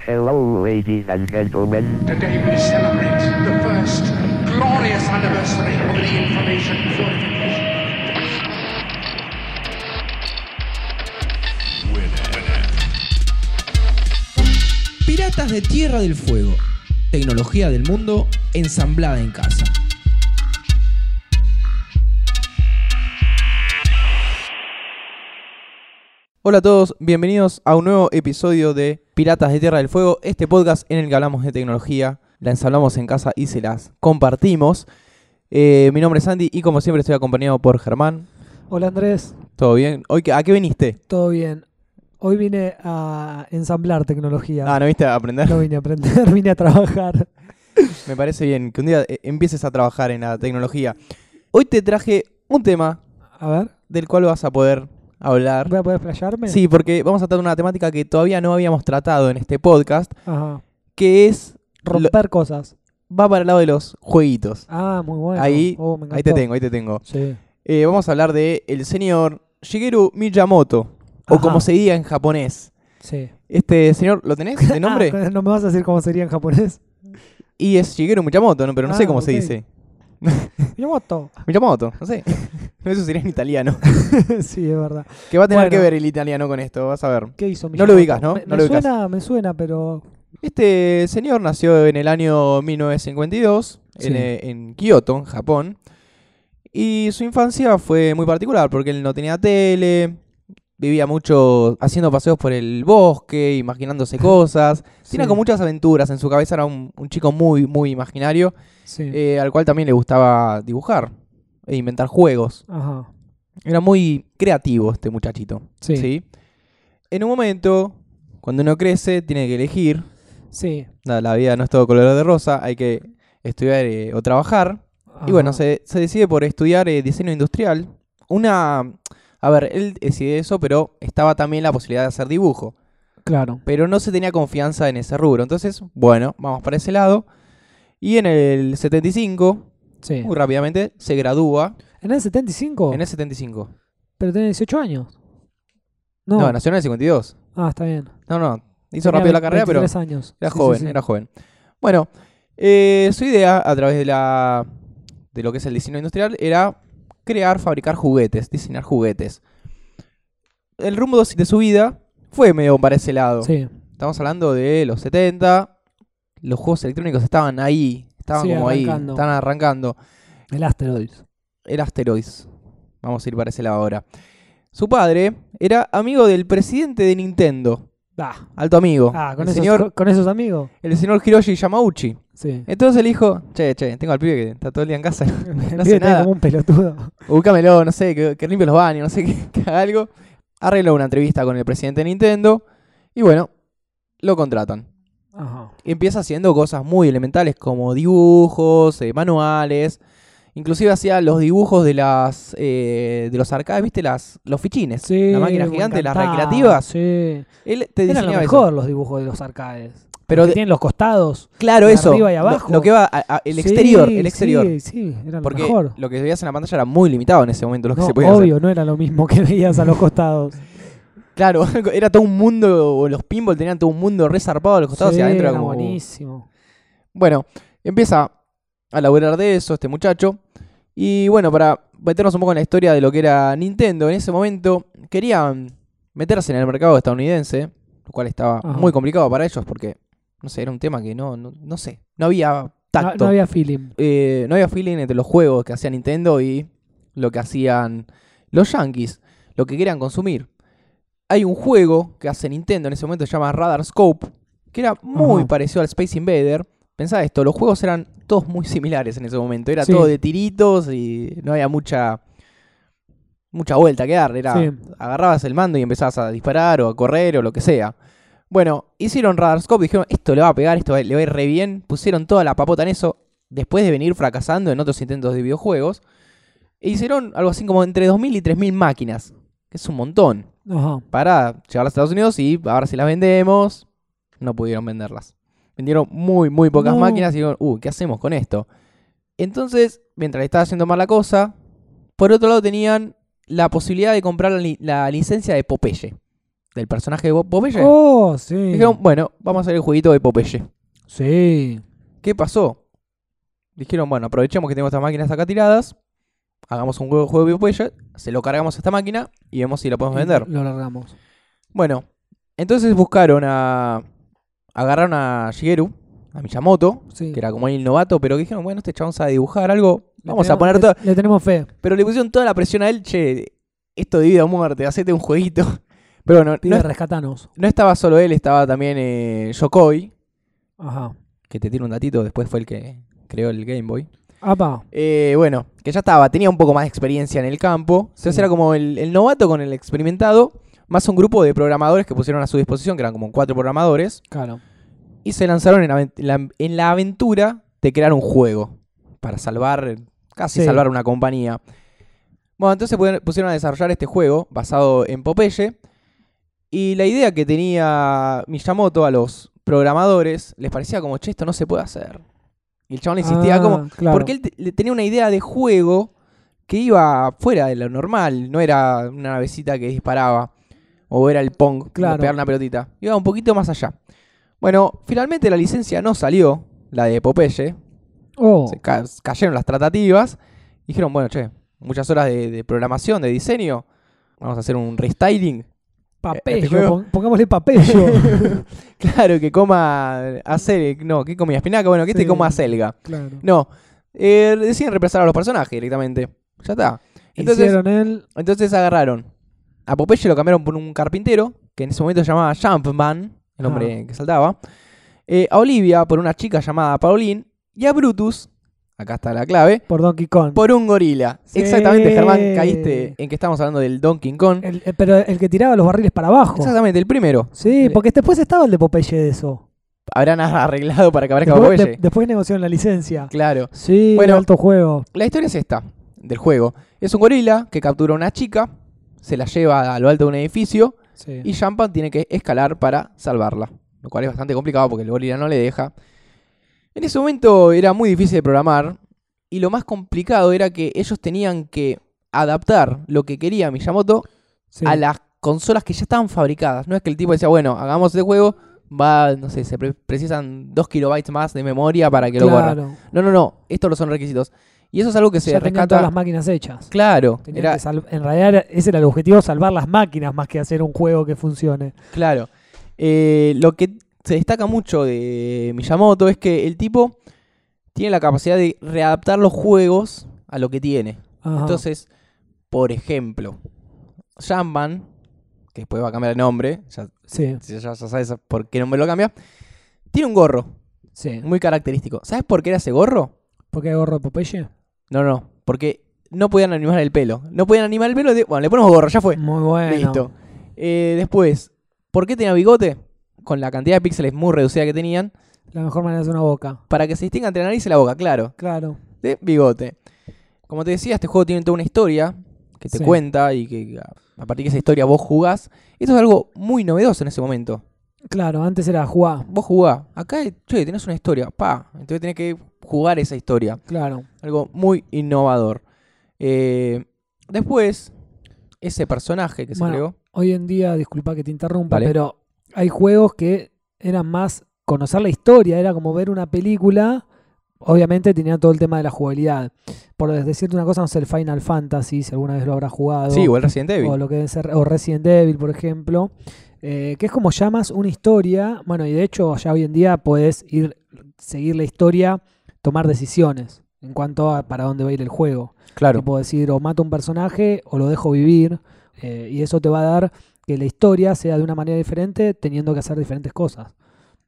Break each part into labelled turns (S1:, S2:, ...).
S1: Hello, ladies and gentlemen.
S2: Today we celebrate the first glorious anniversary of the information fortification.
S3: Piratas de Tierra del Fuego. Tecnología del mundo ensamblada en casa. Hola a todos, bienvenidos a un nuevo episodio de Piratas de Tierra del Fuego, este podcast en el que hablamos de tecnología, la ensamblamos en casa y se las compartimos. Eh, mi nombre es Andy y como siempre estoy acompañado por Germán.
S4: Hola Andrés,
S3: ¿Todo bien? Hoy, qué- ¿A qué viniste?
S4: todo bien. Hoy vine a ensamblar tecnología.
S3: Ah, ¿no viste a aprender?
S4: No vine a aprender, vine a trabajar.
S3: Me parece bien que un día eh, empieces a trabajar en la tecnología. Hoy te traje un tema
S4: A ver,
S3: del cual vas a poder hablar.
S4: ¿voy a poder flashearme?
S3: Sí, porque vamos a tratar una temática que todavía no habíamos tratado en este podcast,
S4: Ajá.
S3: que es
S4: Romper cosas.
S3: va para el lado de los jueguitos.
S4: Ah, muy bueno.
S3: Ahí-
S4: Oh, me
S3: Ahí te
S4: encantó.
S3: tengo, ahí te tengo.
S4: Sí.
S3: Eh, vamos a hablar de el señor Shigeru Miyamoto, o
S4: Ajá.
S3: como se diga en japonés.
S4: Sí.
S3: Este señor, ¿lo tenés de nombre?
S4: Ah, no me vas a decir cómo sería en japonés.
S3: Y es Shigeru Miyamoto, ¿no? pero no sé
S4: Ah,
S3: cómo
S4: ok.
S3: se dice.
S4: Miyamoto.
S3: Miyamoto, no sé. No, eso sería en italiano.
S4: sí, es verdad.
S3: Que va a tener
S4: Bueno.
S3: que ver el italiano con esto, vas a ver.
S4: ¿Qué hizo
S3: No
S4: Miyamoto?
S3: lo ubicas, ¿no?
S4: Me,
S3: No
S4: me
S3: lo ubicas.
S4: suena, me suena, pero
S3: Este señor nació en el año 1952 en,
S4: Sí.
S3: eh, en Kioto, en Japón. Y su infancia fue muy particular porque él no tenía tele, vivía mucho haciendo paseos por el bosque, imaginándose cosas. Tenía
S4: Sí.
S3: como muchas aventuras. En su cabeza era un, un chico muy, muy imaginario,
S4: sí.
S3: eh, al cual también le gustaba dibujar e inventar juegos.
S4: Ajá.
S3: Era muy creativo este muchachito.
S4: Sí. Sí.
S3: ¿sí? En un momento, cuando uno crece, tiene que elegir la, la vida no es todo color de rosa, hay que estudiar eh, o trabajar. Y bueno,
S4: Ajá.
S3: se, se decide por estudiar eh, diseño industrial. Una... A ver, él decide eso, pero estaba también la posibilidad de hacer dibujo.
S4: Claro.
S3: Pero no se tenía confianza en ese rubro. Entonces, bueno, vamos para ese lado. Y en el 75,
S4: Sí.
S3: muy rápidamente, se gradúa.
S4: ¿En el 75?
S3: En el 75.
S4: Pero tenía 18 años.
S3: No, nació en el 52.
S4: Ah, está bien.
S3: No, no. Hizo
S4: Tenía
S3: rápido la
S4: ve-
S3: carrera, pero
S4: 23 años.
S3: Era
S4: Sí, sí,
S3: joven,
S4: sí.
S3: era joven. Bueno, eh, su idea a través de la de lo que es el diseño industrial era crear, fabricar juguetes, diseñar juguetes. El rumbo de su vida fue medio para ese lado.
S4: Sí,
S3: Estamos hablando de los 70, los juegos electrónicos estaban ahí, estaban
S4: Sí,
S3: como ahí,
S4: arrancando.
S3: estaban arrancando.
S4: el asteroides.
S3: El asteroides. Vamos a ir para ese lado ahora. Su padre era amigo del presidente de Nintendo,
S4: Ah,
S3: alto amigo,
S4: ah, con,
S3: el,
S4: esos,
S3: señor,
S4: con- con esos amigos.
S3: el señor Hiroshi Yamauchi.
S4: Sí.
S3: Entonces el hijo, che, che, tengo al pibe que está todo el día en casa,
S4: El
S3: no
S4: pibe
S3: hace
S4: está ahí
S3: nada,
S4: como un pelotudo.
S3: ubícamelo, no sé, que, que limpie los baños, no sé, que, que haga algo. Arregló una entrevista con el presidente de Nintendo y bueno, lo contratan.
S4: Ajá.
S3: Empieza haciendo cosas muy elementales como dibujos, eh, manuales, inclusive hacía los dibujos de las eh, de los arcades, ¿viste? Las, los fichines,
S4: Sí,
S3: la máquina
S4: me
S3: gigante, las
S4: encantaba,
S3: recreativas.
S4: Sí.
S3: Él te
S4: Eran lo
S3: diseñaba eso.
S4: mejor los dibujos de los arcades.
S3: Pero
S4: que
S3: de-
S4: tienen los costados.
S3: claro,
S4: de
S3: eso,
S4: arriba y
S3: lo-
S4: abajo.
S3: lo que va a- a- el
S4: Sí,
S3: exterior, el exterior.
S4: Sí, sí, era lo
S3: Porque
S4: mejor.
S3: lo que veías en la pantalla era muy limitado en ese momento, lo que
S4: No,
S3: se podía hacer.
S4: obvio, no era lo mismo que veías a los costados.
S3: Claro, era todo un mundo, o los pinball tenían todo un mundo resarpado a los costados
S4: sí,
S3: hacia adentro.
S4: era
S3: Era como...
S4: buenísimo.
S3: Bueno, empieza a laburar de eso este muchacho. Y bueno, para meternos un poco en la historia de lo que era Nintendo, en ese momento querían meterse en el mercado estadounidense, lo cual estaba
S4: Ajá.
S3: muy complicado para ellos porque, no sé, era un tema que no, no, no sé, no había
S4: No-
S3: tacto.
S4: No, había feeling.
S3: eh, no había feeling entre los juegos que hacía Nintendo y lo que hacían los Yankees, lo que querían consumir. Hay un juego que hace Nintendo en ese momento, se llama Radar Scope, que era muy
S4: Ajá.
S3: parecido al Space Invader. Pensá esto, los juegos eran todos muy similares en ese momento, era
S4: Sí.
S3: todo de tiritos y no había mucha mucha vuelta que dar, era
S4: Sí.
S3: agarrabas el mando y empezabas a disparar o a correr o lo que sea. Bueno, hicieron Radarscope, dijeron, esto le va a pegar, esto le va a ir re bien. Pusieron toda la papota en eso, después de venir fracasando en otros intentos de videojuegos. E hicieron algo así como entre 2.000 y 3.000 máquinas, que es un montón,
S4: Ajá.
S3: para llevarlas a Estados Unidos y ahora si las vendemos, no pudieron venderlas. Vendieron muy, muy pocas
S4: No.
S3: máquinas y dijeron, uh, ¿qué hacemos con esto? Entonces, mientras le estaba haciendo mal la cosa, por otro lado tenían la posibilidad de comprar la, li- la licencia de Popeye. del personaje de Bob Popeye.
S4: Oh, sí.
S3: Dijeron, bueno, vamos a hacer el jueguito de Popeye.
S4: Sí.
S3: ¿Qué pasó? Dijeron, bueno, aprovechemos que tenemos estas máquinas acá tiradas, hagamos un juego, juego de Popeye, se lo cargamos a esta máquina y vemos si la podemos vender.
S4: Lo largamos.
S3: Bueno, entonces buscaron a... Agarraron a Shigeru, a Miyamoto,
S4: Sí.
S3: que era como el novato, pero que dijeron, bueno, este chabón sabe dibujar algo,
S4: Le
S3: vamos a
S4: tenemos-
S3: poner
S4: le-
S3: todo...
S4: Le tenemos fe.
S3: Pero le pusieron toda la presión a él, che, esto de vida o muerte, hacete un jueguito. Pero bueno,
S4: Pide
S3: no,
S4: rescatanos.
S3: no estaba solo él, estaba también eh, Yokoi,
S4: Ajá.
S3: que te tiro un datito, después fue el que creó el Game Boy.
S4: Apa.
S3: Eh, bueno, que ya estaba, tenía un poco más de experiencia en el campo.
S4: Sí.
S3: Entonces era como el, el novato con el experimentado, más un grupo de programadores que pusieron a su disposición, que eran como cuatro programadores,
S4: Claro.
S3: y se lanzaron en, aven- la, en la aventura de crear un juego para salvar, casi
S4: Sí.
S3: salvar una compañía. Bueno, entonces pudieron- pusieron a desarrollar este juego basado en Popeye. Y la idea que tenía Miyamoto a los programadores les parecía como, che, esto no se puede hacer. Y el chabón insistía
S4: Ah,
S3: como,
S4: claro.
S3: porque él te- le tenía una idea de juego que iba fuera de lo normal. No era una navecita que disparaba. O era el Pong,
S4: Claro.
S3: claro. pegar una pelotita. Iba un poquito más allá. Bueno, finalmente la licencia no salió, la de Popeye.
S4: Oh,
S3: Se ca- cayeron las tratativas. Dijeron, bueno, che, muchas horas de, de programación, de diseño. Vamos a hacer un restyling.
S4: papello.
S3: este juego-
S4: pon- pongámosle papello.
S3: Claro, que coma acel... No, que comía espinaca. Bueno, que este
S4: Sí.
S3: coma acelga.
S4: claro.
S3: No, eh, deciden reemplazar a los personajes directamente. Ya está. Entonces,
S4: Hicieron él.
S3: Entonces agarraron. A Popeye lo cambiaron por un carpintero, que en ese momento se llamaba Jumpman, el hombre que saltaba. Eh, a Olivia por una chica llamada Pauline. Y a Brutus, acá está la clave,
S4: Por Donkey Kong.
S3: por un gorila.
S4: Sí.
S3: Exactamente, Germán, caíste en que estamos hablando del Donkey Kong.
S4: El- el- pero el que tiraba los barriles para abajo.
S3: Exactamente, el primero.
S4: Sí,
S3: El-
S4: porque después estaba el de Popeye de eso.
S3: Habrán arreglado para que aparezca
S4: Después,
S3: Popeye.
S4: de- después negociaron la licencia.
S3: Claro.
S4: Sí,
S3: Bueno.
S4: alto juego.
S3: La historia es esta, del juego. Es un gorila que captura a una chica, se la lleva a lo alto de un edificio
S4: Sí.
S3: Y Champan tiene que escalar para salvarla. Lo cual es bastante complicado porque el gorila no le deja. En ese momento era muy difícil de programar. Y lo más complicado era que ellos tenían que adaptar lo que quería Miyamoto
S4: sí.
S3: a las consolas que ya estaban fabricadas. No es que el tipo decía, bueno, hagamos este juego. Va, no sé, se pre- precisan 2 kilobytes más de memoria para que lo corra.
S4: claro.
S3: No, no, no. Estos no son requisitos. Y eso es algo que se
S4: ya tenían
S3: rescata.
S4: todas las máquinas hechas.
S3: Claro,
S4: Tenían
S3: era-
S4: que sal- en realidad era- ese era el objetivo, salvar las máquinas más que hacer un juego que funcione.
S3: Claro. Eh, lo que se destaca mucho de Miyamoto es que el tipo tiene la capacidad de readaptar los juegos a lo que tiene.
S4: Ajá.
S3: Entonces, por ejemplo, Jamban, que después va a cambiar el nombre, ya,
S4: sí,
S3: ya- ya sabes por qué nombre lo cambia, tiene un gorro
S4: sí.
S3: muy característico. ¿Sabes por qué era ese gorro?
S4: ¿Por qué gorro de Popeye?
S3: No, no, porque no podían animar el pelo. No podían animar el pelo. de- Bueno, le ponemos gorro, ya fue.
S4: Muy bueno.
S3: Listo. Eh, después, ¿por qué tenía bigote? Con la cantidad de píxeles muy reducida que tenían,
S4: La mejor manera es una boca.
S3: para que se distinga entre la nariz y la boca, claro,
S4: Claro.
S3: de bigote. Como te decía, este juego tiene toda una historia que te
S4: Sí.
S3: cuenta y que a- a partir de esa historia vos jugás. Esto es algo muy novedoso en ese momento.
S4: Claro, antes era jugar.
S3: Vos jugás, acá, che, tenés una historia, pa, entonces tenés que jugar esa historia.
S4: Claro.
S3: Algo muy innovador. Eh, después, ese personaje que se
S4: Bueno,
S3: creó.
S4: Hoy en día, disculpa que te interrumpa,
S3: Dale.
S4: pero hay juegos que eran más conocer la historia, era como ver una película. Obviamente tenía todo el tema de la jugabilidad. Por decirte una cosa, no sé, el Final Fantasy, si alguna vez lo habrá jugado.
S3: Sí, o el Resident Evil.
S4: O lo que debe ser, o Resident Evil, por ejemplo, eh, que es como llamas una historia, bueno, y de hecho ya hoy en día puedes ir, seguir la historia, tomar decisiones en cuanto a para dónde va a ir el juego.
S3: claro.
S4: Tipo decir, o mato a un personaje o lo dejo vivir, eh, y eso te va a dar que la historia sea de una manera diferente teniendo que hacer diferentes cosas.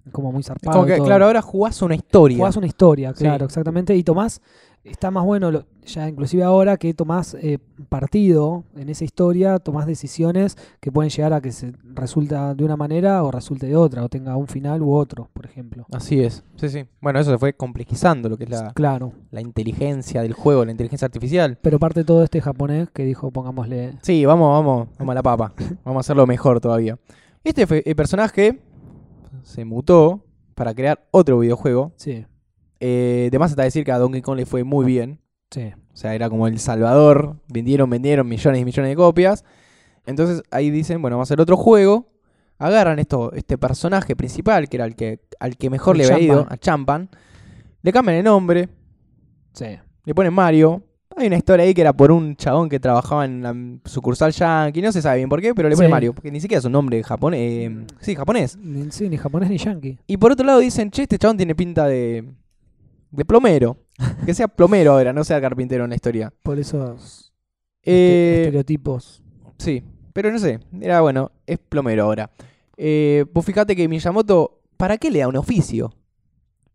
S4: Es Como muy
S3: Es
S4: zarpado.
S3: como que,
S4: todo.
S3: claro, ahora jugás una historia.
S4: Jugás una historia,
S3: Sí.
S4: claro, exactamente. Y tomás, está más bueno, lo- ya inclusive ahora, que tomás eh, partido en esa historia, tomás decisiones que pueden llegar a que se resulta de una manera o resulte de otra, o tenga un final u otro, por ejemplo.
S3: Así es. Sí, sí. Bueno, eso se fue complejizando lo que es la,
S4: Claro.
S3: la inteligencia del juego, la inteligencia artificial.
S4: Pero parte de todo este japonés que dijo, pongámosle.
S3: Sí, vamos, vamos, vamos a la papa. Vamos a hacerlo mejor todavía. Este fe- eh, personaje se mutó para crear otro videojuego.
S4: Sí,
S3: Eh, además está decir que a Donkey Kong le fue muy bien.
S4: sí.
S3: O sea, era como el salvador. Vendieron, vendieron millones y millones de copias. Entonces ahí dicen, bueno, vamos a hacer otro juego agarran esto, este personaje principal, que era el que, al que mejor
S4: El
S3: le había ido,
S4: Champan.
S3: a Champan, le cambian el nombre,
S4: Sí.
S3: le ponen Mario. Hay una historia ahí que era por un chabón que trabajaba en la sucursal Yankee, no se sabe bien por qué, pero le ponen
S4: Sí.
S3: Mario, porque ni siquiera es un nombre japonés. eh, sí, japonés.
S4: Ni, sí, ni japonés ni yankee.
S3: Y por otro lado dicen, che, este chabón tiene pinta de, de plomero. Que sea plomero ahora, no sea carpintero en la historia.
S4: Por esos este-
S3: Eh,
S4: estereotipos.
S3: Sí, pero no sé. Era bueno, es plomero ahora. Eh, vos fijate que Miyamoto, ¿para qué le da un oficio?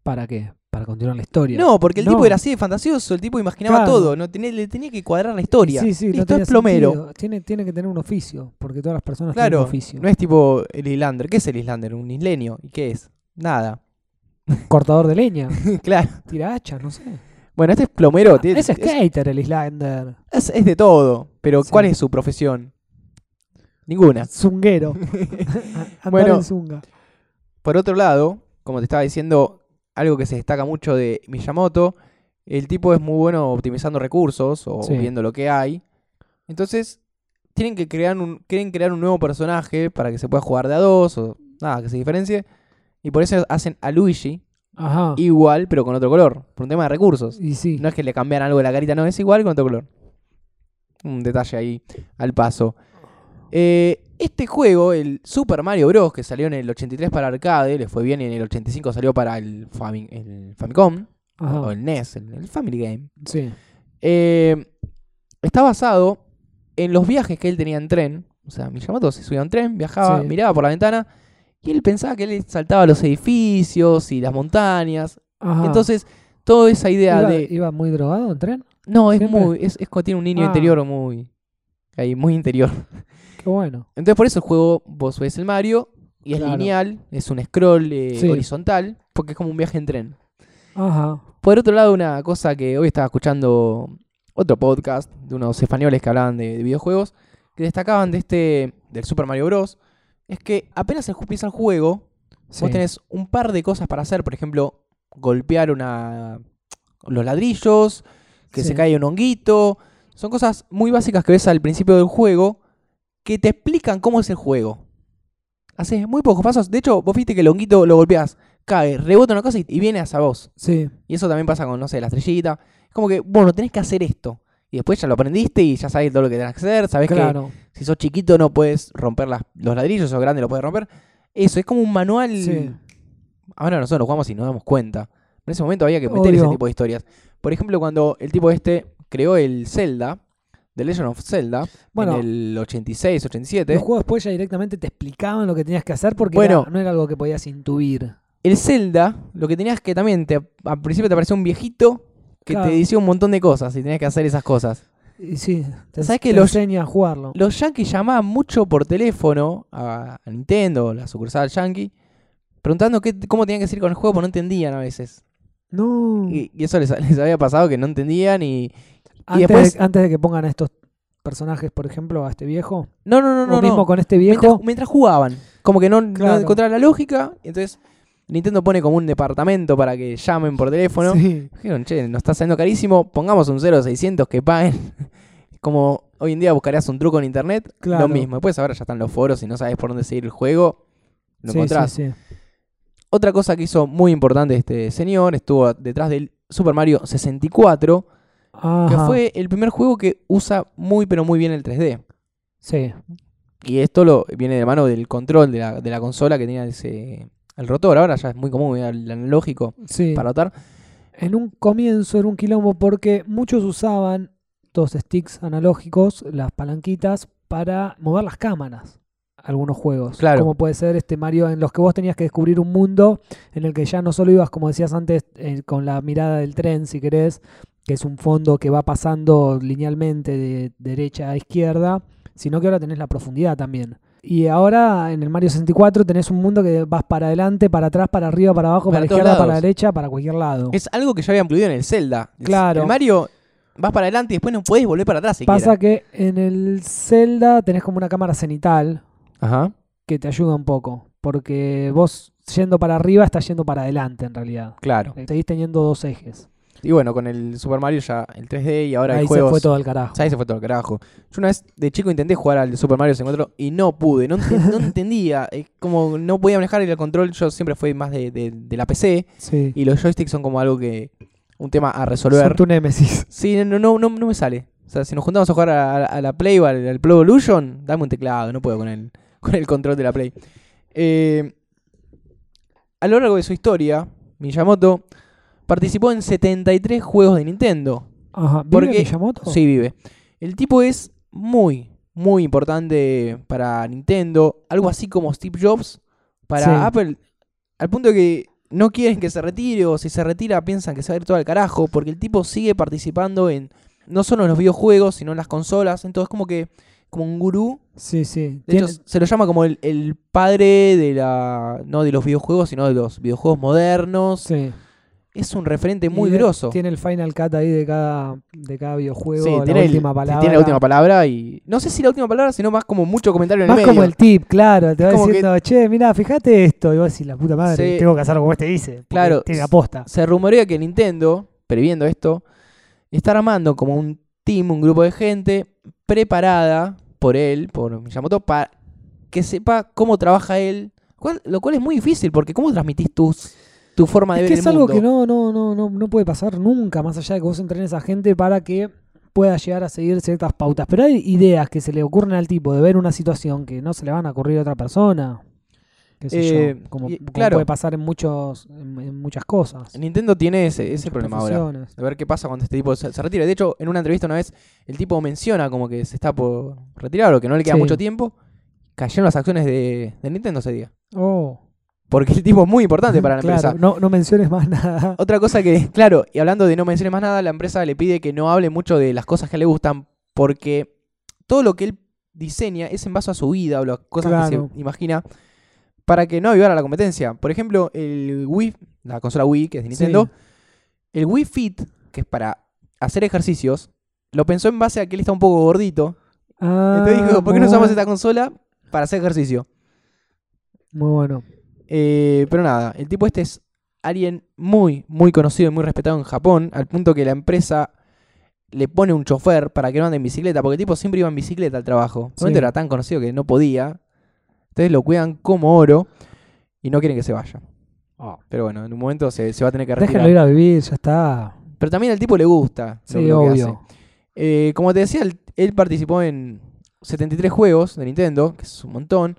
S4: ¿Para qué? Para continuar la historia.
S3: No, porque el
S4: No.
S3: tipo era así de fantasioso, el tipo imaginaba
S4: Claro.
S3: todo, no tenía, le tenía que cuadrar la historia.
S4: Sí, sí, no
S3: Listo,
S4: tenía
S3: es plomero.
S4: sentido. Tiene, tiene que tener un oficio, porque todas las personas tienen un
S3: Claro,
S4: oficio.
S3: no es tipo el Islander. ¿Qué es el Islander? ¿Un isleño? ¿Y qué es? Nada.
S4: Cortador de leña,
S3: claro.
S4: tira hachas, no sé.
S3: Bueno, este es plomero. tiene-
S4: Ah, es skater el Islander.
S3: es- es de todo. Pero
S4: Sí.
S3: ¿cuál es su profesión? Ninguna.
S4: Zunguero. Andar
S3: Bueno.
S4: en zunga.
S3: Por otro lado, como te estaba diciendo, algo que se destaca mucho de Miyamoto, el tipo es muy bueno optimizando recursos o
S4: Sí.
S3: viendo lo que hay. Entonces, tienen que crear un, quieren crear un nuevo personaje para que se pueda jugar de a dos o nada, que se diferencie. Y por eso hacen a Luigi
S4: Ajá. Y,
S3: igual, pero con otro color, por un tema de recursos.
S4: sí.
S3: No es que le cambian algo de la carita, no, es igual con otro color. Un detalle ahí al paso. Eh, este juego, el Super Mario Bros., que salió en el 83 para arcade, le fue bien y en el 85 salió para el, Fami- el Famicom,
S4: Ajá.
S3: o el NES, el, el Family Game.
S4: Sí.
S3: Eh, está basado en los viajes que él tenía en tren. O sea, Miyamoto se subía a un tren, viajaba,
S4: Sí.
S3: miraba por la ventana y él pensaba que él saltaba los edificios y las montañas.
S4: Ajá.
S3: Entonces, toda esa idea
S4: ¿Iba,
S3: de.
S4: iba muy drogado en tren?
S3: No, es
S4: Siempre.
S3: muy. Es, es como tiene un niño
S4: Ah.
S3: interior muy. Ahí, muy interior.
S4: Qué bueno.
S3: Entonces, por eso el juego, vos ves el Mario y es
S4: Claro.
S3: lineal, es un scroll eh,
S4: Sí.
S3: horizontal, porque es como un viaje en tren.
S4: Ajá.
S3: Por otro lado, una cosa que hoy estaba escuchando otro podcast de unos españoles que hablaban de, de videojuegos, que destacaban de este. del Super Mario Bros. Es que apenas el ju- empieza el juego,
S4: Sí.
S3: vos tenés un par de cosas para hacer, por ejemplo, golpear una los ladrillos, que
S4: Sí.
S3: se cae un honguito, son cosas muy básicas que ves al principio del juego que te explican cómo es el juego. Haces muy pocos pasos, de hecho, vos viste que el honguito lo golpeas, cae, rebota una cosa y, y viene hacia vos.
S4: Sí.
S3: Y eso también pasa con, no sé, la estrellita. Es como que, bueno, tenés que hacer esto. Y después ya lo aprendiste y ya sabés todo lo que tenés que hacer, sabés que
S4: Claro.
S3: si sos chiquito no puedes romper las- los ladrillos, si sos grande lo puedes romper. Eso, es como un manual.
S4: Sí.
S3: Ahora nosotros lo jugamos y nos damos cuenta. En ese momento había que meter
S4: Obvio.
S3: ese tipo de historias. Por ejemplo, cuando el tipo este creó el Zelda, The Legend of Zelda,
S4: Bueno.
S3: en el 86, 87,
S4: Los juegos después ya directamente te explicaban lo que tenías que hacer porque
S3: Bueno.
S4: era- no era algo que podías intuir.
S3: el Zelda, lo que tenías que también, te, al principio te apareció un viejito que
S4: Claro.
S3: te decía un montón de cosas y tenías que hacer esas cosas.
S4: Y sí, te,
S3: ¿Sabés
S4: ¿Sabes
S3: que
S4: te
S3: los-
S4: enseña a jugarlo.
S3: Los Yankees llamaban mucho por teléfono a, a Nintendo, la sucursal Yankee, preguntando qué, cómo tenían que decir con el juego, porque no entendían a veces.
S4: No.
S3: Y, y eso les, les había pasado que no entendían y...
S4: antes,
S3: después-
S4: de, antes de que pongan a estos personajes, por ejemplo, a este viejo.
S3: No, no, no, no. no.
S4: o mismo con este
S3: mientras,
S4: viejo.
S3: mientras jugaban. Como que no, no
S4: Claro.
S3: encontraban la lógica. y Entonces, Nintendo pone como un departamento para que llamen por teléfono.
S4: Sí.
S3: Dijeron, che, nos está saliendo carísimo. Pongamos un 0600 que paguen. como hoy en día buscarías un truco en internet.
S4: Claro.
S3: Lo mismo. Después ahora ya están los foros y no sabes por dónde seguir el juego. Lo
S4: Sí,
S3: encontrás.
S4: sí, sí.
S3: Otra cosa que hizo muy importante este señor, estuvo detrás del Super Mario 64, que
S4: Ajá.
S3: fue el primer juego que usa muy pero muy bien el 3D.
S4: Sí.
S3: Y esto lo viene de mano del control de la, de la consola que tenía ese, el rotor. Ahora ya es muy común era el analógico
S4: sí.
S3: para rotar.
S4: En un comienzo era un quilombo porque muchos usaban dos sticks analógicos, las palanquitas, para mover las cámaras. Algunos juegos,
S3: Claro.
S4: como puede ser este Mario, en los que vos tenías que descubrir un mundo en el que ya no solo ibas, como decías antes, eh, con la mirada del tren, si querés, que es un fondo que va pasando linealmente de derecha a izquierda, sino que ahora tenés la profundidad también. Y ahora en el Mario 64 tenés un mundo que vas para adelante, para atrás, para arriba, para abajo,
S3: Para
S4: para, la
S3: todos
S4: izquierda, para la
S3: lados.
S4: derecha, para cualquier lado.
S3: Es algo que ya había incluido en el Zelda. El-
S4: Claro.
S3: El Mario vas para adelante y después no puedes volver para atrás siquiera.
S4: Pasa que en el Zelda tenés como una cámara cenital
S3: Ajá.
S4: que te ayuda un poco, porque vos yendo para arriba estás yendo para adelante en realidad.
S3: Claro.
S4: Seguís teniendo dos ejes.
S3: Y bueno, con el Super Mario ya el 3D y ahora
S4: Ahí
S3: hay juegos.
S4: se fue todo al carajo.
S3: Ahí se fue todo el carajo. Yo una vez de chico intenté jugar al Super Mario 64 y no pude, no, enten- no entendía. eh, Como no podía manejar el control, yo siempre fui más de, de- de la PC
S4: Sí.
S3: y los joysticks son como algo que. un tema a
S4: Son
S3: resolver.
S4: tu némesis.
S3: Sí, no, no, no, no me sale. O sea, si nos juntamos a jugar a, a- a la Play o al, al Pro Evolution, dame un teclado, no puedo con el, con el control de la Play. Eh, a lo largo de su historia, Miyamoto participó en 73 juegos de Nintendo.
S4: Ajá. ¿Vive
S3: Porque-
S4: Miyamoto?
S3: Sí, vive. El tipo es muy, muy importante para Nintendo. Algo así como Steve Jobs para
S4: Sí.
S3: Apple. Al punto que no quieren que se retire o si se retira piensan que se va a ir todo al carajo porque el tipo sigue participando en no solo en los videojuegos sino en las consolas. Entonces como que como un gurú.
S4: Sí, sí.
S3: De hecho,
S4: Tiene-
S3: se lo llama como el, el padre de la no de los videojuegos sino de los videojuegos modernos.
S4: sí.
S3: Es un referente muy
S4: Y de-
S3: grosso.
S4: Tiene el final cut ahí de cada, de cada videojuego.
S3: Sí,
S4: la
S3: tiene, el-
S4: última
S3: sí,
S4: palabra.
S3: tiene la última palabra y. No sé si la última palabra, sino más como mucho comentario en
S4: Más
S3: el medio.
S4: como el tip, claro. Te va
S3: como que-
S4: diciendo, che, mira, fíjate esto. Y vos decís, la puta madre,
S3: Sí.
S4: tengo que hacerlo como este dice. porque
S3: Claro.
S4: Tiene aposta.
S3: Se rumorea que Nintendo, previendo esto, está armando como un team, un grupo de gente preparada por él, por Miyamoto, para que sepa cómo trabaja él. cual- lo cual es muy difícil, porque ¿cómo transmitís tus, tu forma de
S4: Es
S3: ver
S4: que
S3: el
S4: es algo
S3: mundo?
S4: que no, no, no, no, no puede pasar nunca, más allá de que vos entrenes a gente para que pueda llegar a seguir ciertas pautas. Pero hay ideas que se le ocurren al tipo de ver una situación que no se le van a ocurrir a otra persona. Qué sé yo,
S3: Eh,
S4: como,
S3: y-
S4: como
S3: claro.
S4: puede pasar en muchos, en, en muchas cosas.
S3: Nintendo tiene ese, ese
S4: muchas
S3: problema ahora.
S4: profesiones.
S3: A ver qué pasa cuando este tipo se, se retira. De hecho, en una entrevista una vez, el tipo menciona como que se está por retirar o que no le queda
S4: Sí.
S3: mucho tiempo. Cayeron las acciones de, de Nintendo ese día.
S4: Oh,
S3: Porque el tipo es muy importante para la
S4: claro,
S3: empresa.
S4: No, no menciones más nada.
S3: Otra cosa que, claro, y hablando de no menciones más nada, la empresa le pide que no hable mucho de las cosas que le gustan porque todo lo que él diseña es en base a su vida o las cosas
S4: Claro.
S3: que se imagina para que no avivara la competencia. Por ejemplo, el Wii, la consola Wii, que es de Nintendo, el Wii Fit, que es para hacer ejercicios, lo pensó en base a que él está un poco gordito.
S4: Ah,
S3: Entonces dijo, ¿por qué no
S4: muy
S3: usamos
S4: bueno.
S3: esta consola para hacer ejercicio?
S4: Muy bueno.
S3: Eh, pero nada, el tipo este es alguien muy, muy conocido y muy respetado en Japón, al punto que la empresa le pone un chofer para que no ande en bicicleta, porque el tipo siempre iba en bicicleta al trabajo.
S4: Sí.
S3: Realmente era tan conocido que no podía. Entonces lo cuidan como oro y no quieren que se vaya. Pero bueno, en un momento se, se va a tener que Ah, retirar.
S4: Déjenlo ir a vivir, ya está.
S3: Pero también al tipo le gusta lo-
S4: Sí,
S3: lo que hace.
S4: obvio.
S3: Eh, como te decía, él, él participó en 73 juegos de Nintendo, que es un montón,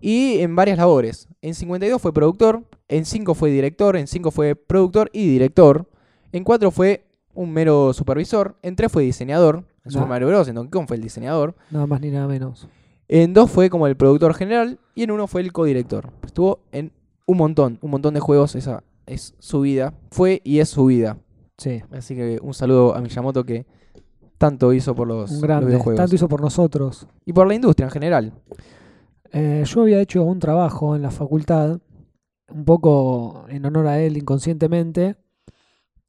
S3: y en varias labores. En 52 fue productor, en 5 fue director, en 5 fue productor y director, en 4 fue un mero supervisor, en 3 fue diseñador, en Super
S4: Ah.
S3: Mario Bros. en Donkey Kong fue el diseñador,
S4: Nada más ni nada menos.
S3: en 2 fue como el productor general y en 1 fue el codirector. Estuvo en un montón, un montón de juegos, esa es su vida, fue y es su vida.
S4: Sí.
S3: Así que un saludo a Miyamoto que tanto hizo por los,
S4: Un
S3: los
S4: grande.
S3: videojuegos.
S4: Tanto hizo por nosotros.
S3: Y por la industria en general.
S4: Eh, yo había hecho un trabajo en la facultad, un poco en honor a él inconscientemente,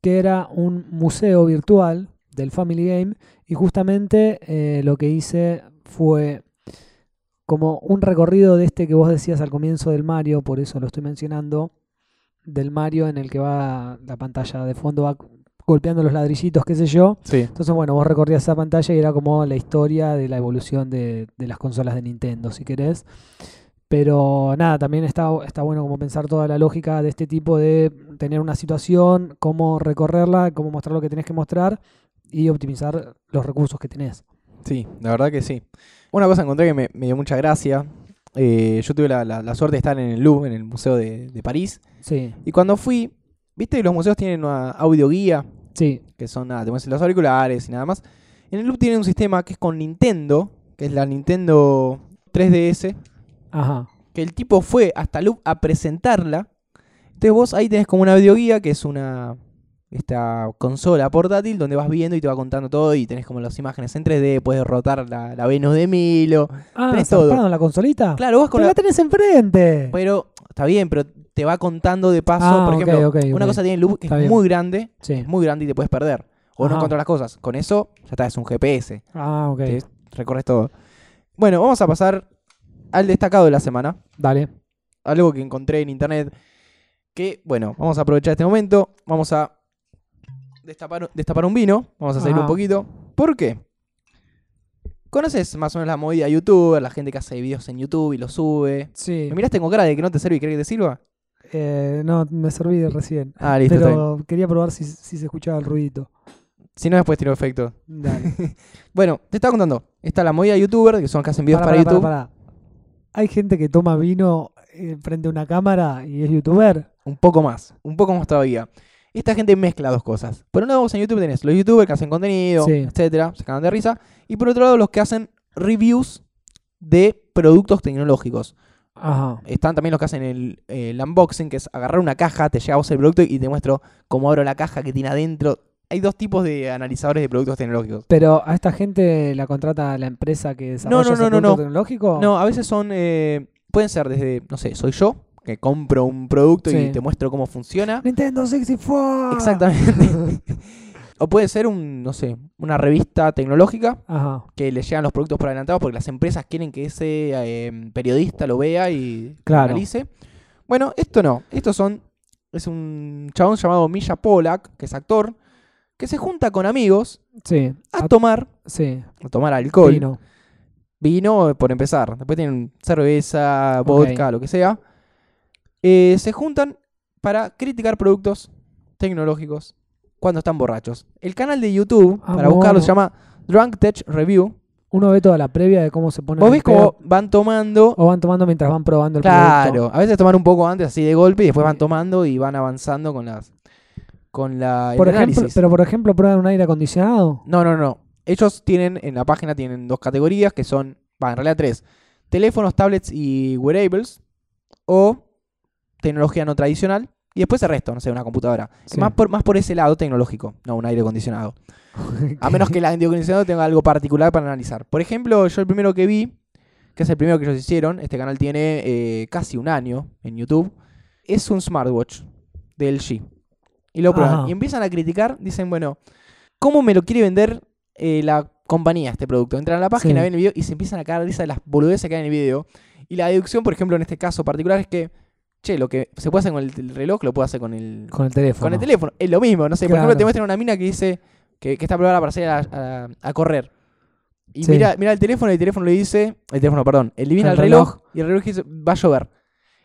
S4: que era un museo virtual del Family Game y justamente eh, lo que hice fue como un recorrido de este que vos decías al comienzo del Mario, por eso lo estoy mencionando, del Mario en el que va la pantalla de fondo, va golpeando los ladrillitos, qué sé yo,
S3: Sí.
S4: entonces, bueno, vos recorrías esa pantalla y era como la historia de la evolución de, de las consolas de Nintendo, si querés. Pero nada, también está, está bueno como pensar toda la lógica de este tipo de tener una situación, cómo recorrerla, cómo mostrar lo que tenés que mostrar y optimizar los recursos que tenés.
S3: Sí, la verdad que sí. Una cosa encontré que me, me dio mucha gracia. Eh, yo tuve la, la- la suerte de estar en el Louvre, en el Museo de, de París.
S4: Sí,
S3: Y cuando fui, viste que los museos tienen una audioguía,
S4: sí,
S3: que son nada, te pones los auriculares y nada más. En el Louvre tienen un sistema que es con Nintendo, que es la Nintendo 3DS,
S4: ajá.
S3: que el tipo fue hasta Loop a presentarla. Entonces vos ahí tenés como una videoguía que es una esta consola portátil donde vas viendo y te va contando todo y tenés como las imágenes en 3D, puedes rotar la, la Venus de Milo.
S4: Ah,
S3: Tenés
S4: zarpado
S3: todo.
S4: en la consolita?
S3: Claro, vas con
S4: ¡Pero
S3: la-
S4: la tenés enfrente!
S3: pero está bien, pero te va contando de paso,
S4: Ah,
S3: por
S4: ok,
S3: ejemplo,
S4: ok,
S3: una
S4: ok.
S3: cosa tiene Loop que
S4: Está
S3: es
S4: bien.
S3: muy grande,
S4: Sí.
S3: es muy grande y te puedes perder o
S4: Ajá.
S3: no encontrar las cosas. Con eso ya está, es un GPS,
S4: Ah, ok.
S3: Te- recorres todo. Bueno, vamos a pasar al destacado de la semana.
S4: Dale.
S3: algo que encontré en internet. Que, bueno, vamos a aprovechar este momento. Vamos a destapar, un- destapar un vino. Vamos a salir
S4: Ajá.
S3: un poquito. ¿Por qué? ¿Conoces más o menos la movida youtuber, la gente que hace videos en YouTube y los sube?
S4: Sí.
S3: ¿Me miraste con cara de que no te sirve y crees que te sirva?
S4: Eh, no, me serví de recién.
S3: Ah, listo. está bien.
S4: pero quería probar si, si se escuchaba el ruidito.
S3: Si no, después tiro efecto.
S4: Dale.
S3: Bueno, te estaba contando. Está la movida youtuber, que son los que hacen videos para,
S4: Pará, pará,
S3: YouTube.
S4: pará, pará. Hay gente que toma vino eh, frente a una cámara y es youtuber.
S3: Un poco más. Un poco más todavía. Esta gente mezcla dos cosas. Por un lado, vos en YouTube tenés los youtubers que hacen contenido,
S4: Sí.
S3: etcétera, se cagan de risa. Y por otro lado, los que hacen reviews de productos tecnológicos.
S4: Ajá.
S3: Están también los que hacen el, el unboxing, que es agarrar una caja, te llega a vos el producto y te muestro cómo abro la caja que tiene adentro. Hay dos tipos de analizadores de productos tecnológicos.
S4: Pero a esta gente la contrata la empresa que desarrolla
S3: no,
S4: ese
S3: no, no,
S4: producto
S3: no.
S4: tecnológico.
S3: No, a veces son. eh, pueden ser desde, no sé, soy yo, que compro un producto
S4: Sí.
S3: y te muestro cómo funciona.
S4: Nintendo 64.
S3: Exactamente. o puede ser un, no sé, una revista tecnológica
S4: Ajá.
S3: que le llegan los productos por adelantado porque las empresas quieren que ese eh, periodista lo vea y lo
S4: Claro.
S3: analice. Bueno, esto no. Estos son. Es un chabón llamado Milla Polak, que es actor, que se junta con amigos
S4: Sí.
S3: a
S4: A-
S3: tomar,
S4: sí.
S3: a tomar alcohol.
S4: Vino.
S3: Vino, eh, por empezar. Después tienen cerveza,
S4: Ok.
S3: vodka, lo que sea. Eh, se juntan para criticar productos tecnológicos cuando están borrachos. El canal de YouTube,
S4: Ah,
S3: para buscarlo, se
S4: bueno.
S3: llama Drunk Tech Review.
S4: Uno ve toda la previa de cómo se pone.
S3: Vos ves cómo van tomando.
S4: O van tomando mientras van probando Oh, el producto.
S3: Claro, a veces tomar un poco antes así de golpe y después van
S4: Sí.
S3: tomando y van avanzando con las con la el
S4: Por ejemplo,
S3: análisis.
S4: pero por ejemplo, prueban un aire acondicionado.
S3: No, no, no. Ellos tienen, en la página tienen dos categorías que son, va, en realidad tres. Teléfonos, tablets y wearables o tecnología no tradicional y después el resto, no sé, una computadora.
S4: Sí.
S3: Más, por, más por ese lado tecnológico, no un aire acondicionado. A menos que el aire acondicionado tenga algo particular para analizar. Por ejemplo, yo el primero que vi, que es el primero que ellos hicieron, este canal tiene eh, casi un año en YouTube, es un smartwatch de LG. Y lo prueban.
S4: Ajá.
S3: Y empiezan a criticar, dicen, bueno, ¿cómo me lo quiere vender eh, la compañía este producto? Entran a la página,
S4: Sí.
S3: ven el video y se empiezan a cagar de risa de las boludeces que hay en el video. Y la deducción, por ejemplo, en este caso particular es que, che, lo que se puede hacer con el- el reloj, lo puede hacer con el,
S4: Con el teléfono.
S3: con el teléfono. Es lo mismo, no sé. Por
S4: Claro.
S3: ejemplo, te muestran una mina que dice que, que está preparada para salir a, a- a correr. Y
S4: Sí.
S3: mira, mira el teléfono y el teléfono le dice. El teléfono, perdón. Elimina el
S4: El
S3: reloj, y el reloj dice: va a llover.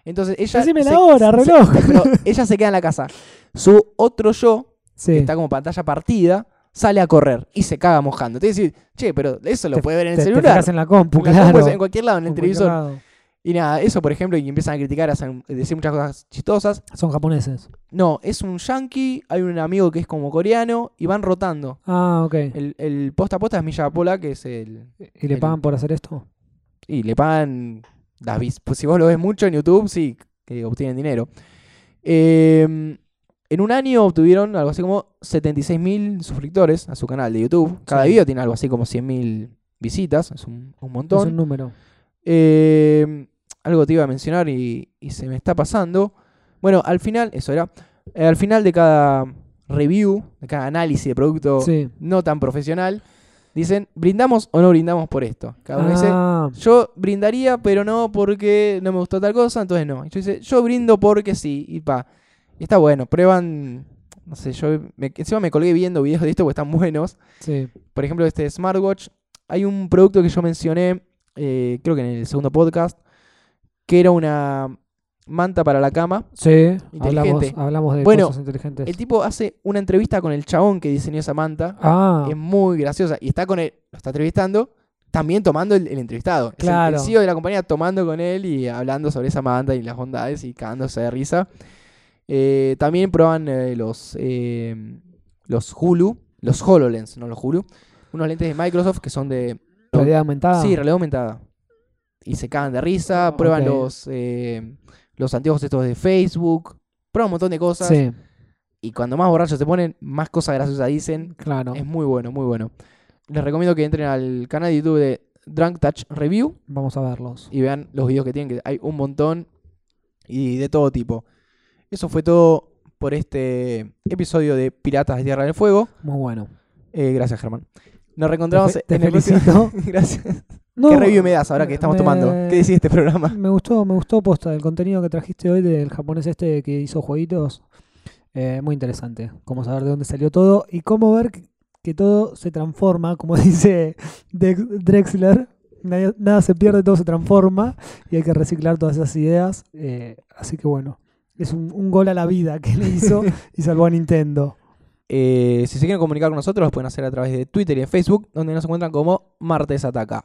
S3: Entonces ella.
S4: Decime la hora, reloj.
S3: no, ella se queda en la casa. Su otro yo,
S4: Sí.
S3: que está como pantalla partida, sale a correr y se caga mojando. Te decís, che, pero eso lo
S4: Te-
S3: puede ver en el
S4: te- te
S3: celular.
S4: fijas en la compu,
S3: En la compu,
S4: claro.
S3: en cualquier lado, en el
S4: En cualquier
S3: televisor.
S4: lado.
S3: Y nada, eso por ejemplo, y empiezan a criticar, hacen, decir muchas cosas chistosas.
S4: Son japoneses.
S3: No, es un yankee, hay un amigo que es como coreano y van rotando.
S4: Ah, ok.
S3: El, el posta a posta es Milla Pola, que es el.
S4: ¿Y le
S3: el-
S4: pagan por hacer esto?
S3: Y le pagan las vis. Pues si vos lo ves mucho en YouTube, sí, que obtienen dinero. Eh, en un año obtuvieron algo así como 76.000 suscriptores a su canal de YouTube. Cada
S4: Sí.
S3: video tiene algo así como 100.000 visitas, es un, un montón.
S4: Es un número.
S3: Eh, algo te iba a mencionar y, y se me está pasando. Bueno, al final, eso era. eh, al final de cada review, de cada análisis de producto
S4: Sí.
S3: no tan profesional, dicen, ¿brindamos o no brindamos por esto? Cada uno
S4: Ah,
S3: dice, yo brindaría, pero no porque no me gustó tal cosa, entonces no. Y yo dice, yo brindo porque sí, y pa. Y está bueno, prueban. No sé, yo me- encima me colgué viendo videos de esto porque están buenos
S4: sí.
S3: por ejemplo, este smartwatch. Hay un producto que yo mencioné, eh, creo que en el segundo podcast, que era una manta para la cama.
S4: Sí. Hablamos,
S3: Inteligente.
S4: hablamos de
S3: Bueno,
S4: cosas inteligentes.
S3: El tipo hace una entrevista con el chabón que diseñó esa manta.
S4: ah,
S3: Es muy graciosa. Y está con él, lo está entrevistando, también tomando el, el entrevistado. Es el-
S4: Claro.
S3: el CEO de la compañía tomando con él y hablando sobre esa manta y las bondades y cagándose de risa. Eh, también proban eh, los, eh, los Hulu, los HoloLens, no los Hulu. Unos lentes de Microsoft que son de
S4: realidad aumentada.
S3: Sí, realidad aumentada. Y se cagan de risa, prueban
S4: Ah, Ok.
S3: los, eh, los anteojos estos de Facebook, prueban un montón de cosas.
S4: Sí,
S3: Y cuando más borrachos se ponen, más cosas graciosas dicen.
S4: claro.
S3: Es em, muy bueno, muy bueno. Les recomiendo que entren al canal de YouTube de Drunk Touch Review
S4: Vamos a verlos.
S3: y vean los videos que tienen, que hay un montón y de todo tipo. Eso fue todo por este episodio de Piratas de Tierra del Fuego.
S4: Muy bueno.
S3: Eh, gracias, Germán. Nos
S4: Te,
S3: reencontramos
S4: fe- te
S3: en el próximo-
S4: felicito.
S3: Gracias.
S4: No,
S3: ¿Qué review me das ahora que estamos
S4: me-
S3: tomando? ¿Qué decís de este programa?
S4: Me gustó, me gustó posta el contenido que trajiste hoy del japonés este que hizo jueguitos. Eh, muy interesante, cómo saber de dónde salió todo y cómo ver que, que todo se transforma, como dice Dex- Drexler, nadie- nada se pierde, todo se transforma y hay que reciclar todas esas ideas. eh, así que bueno, es un, un gol a la vida que le hizo y salvó a Nintendo.
S3: Eh, si se quieren comunicar con nosotros, lo pueden hacer a través de Twitter y de Facebook, donde nos encuentran como Martes Ataca.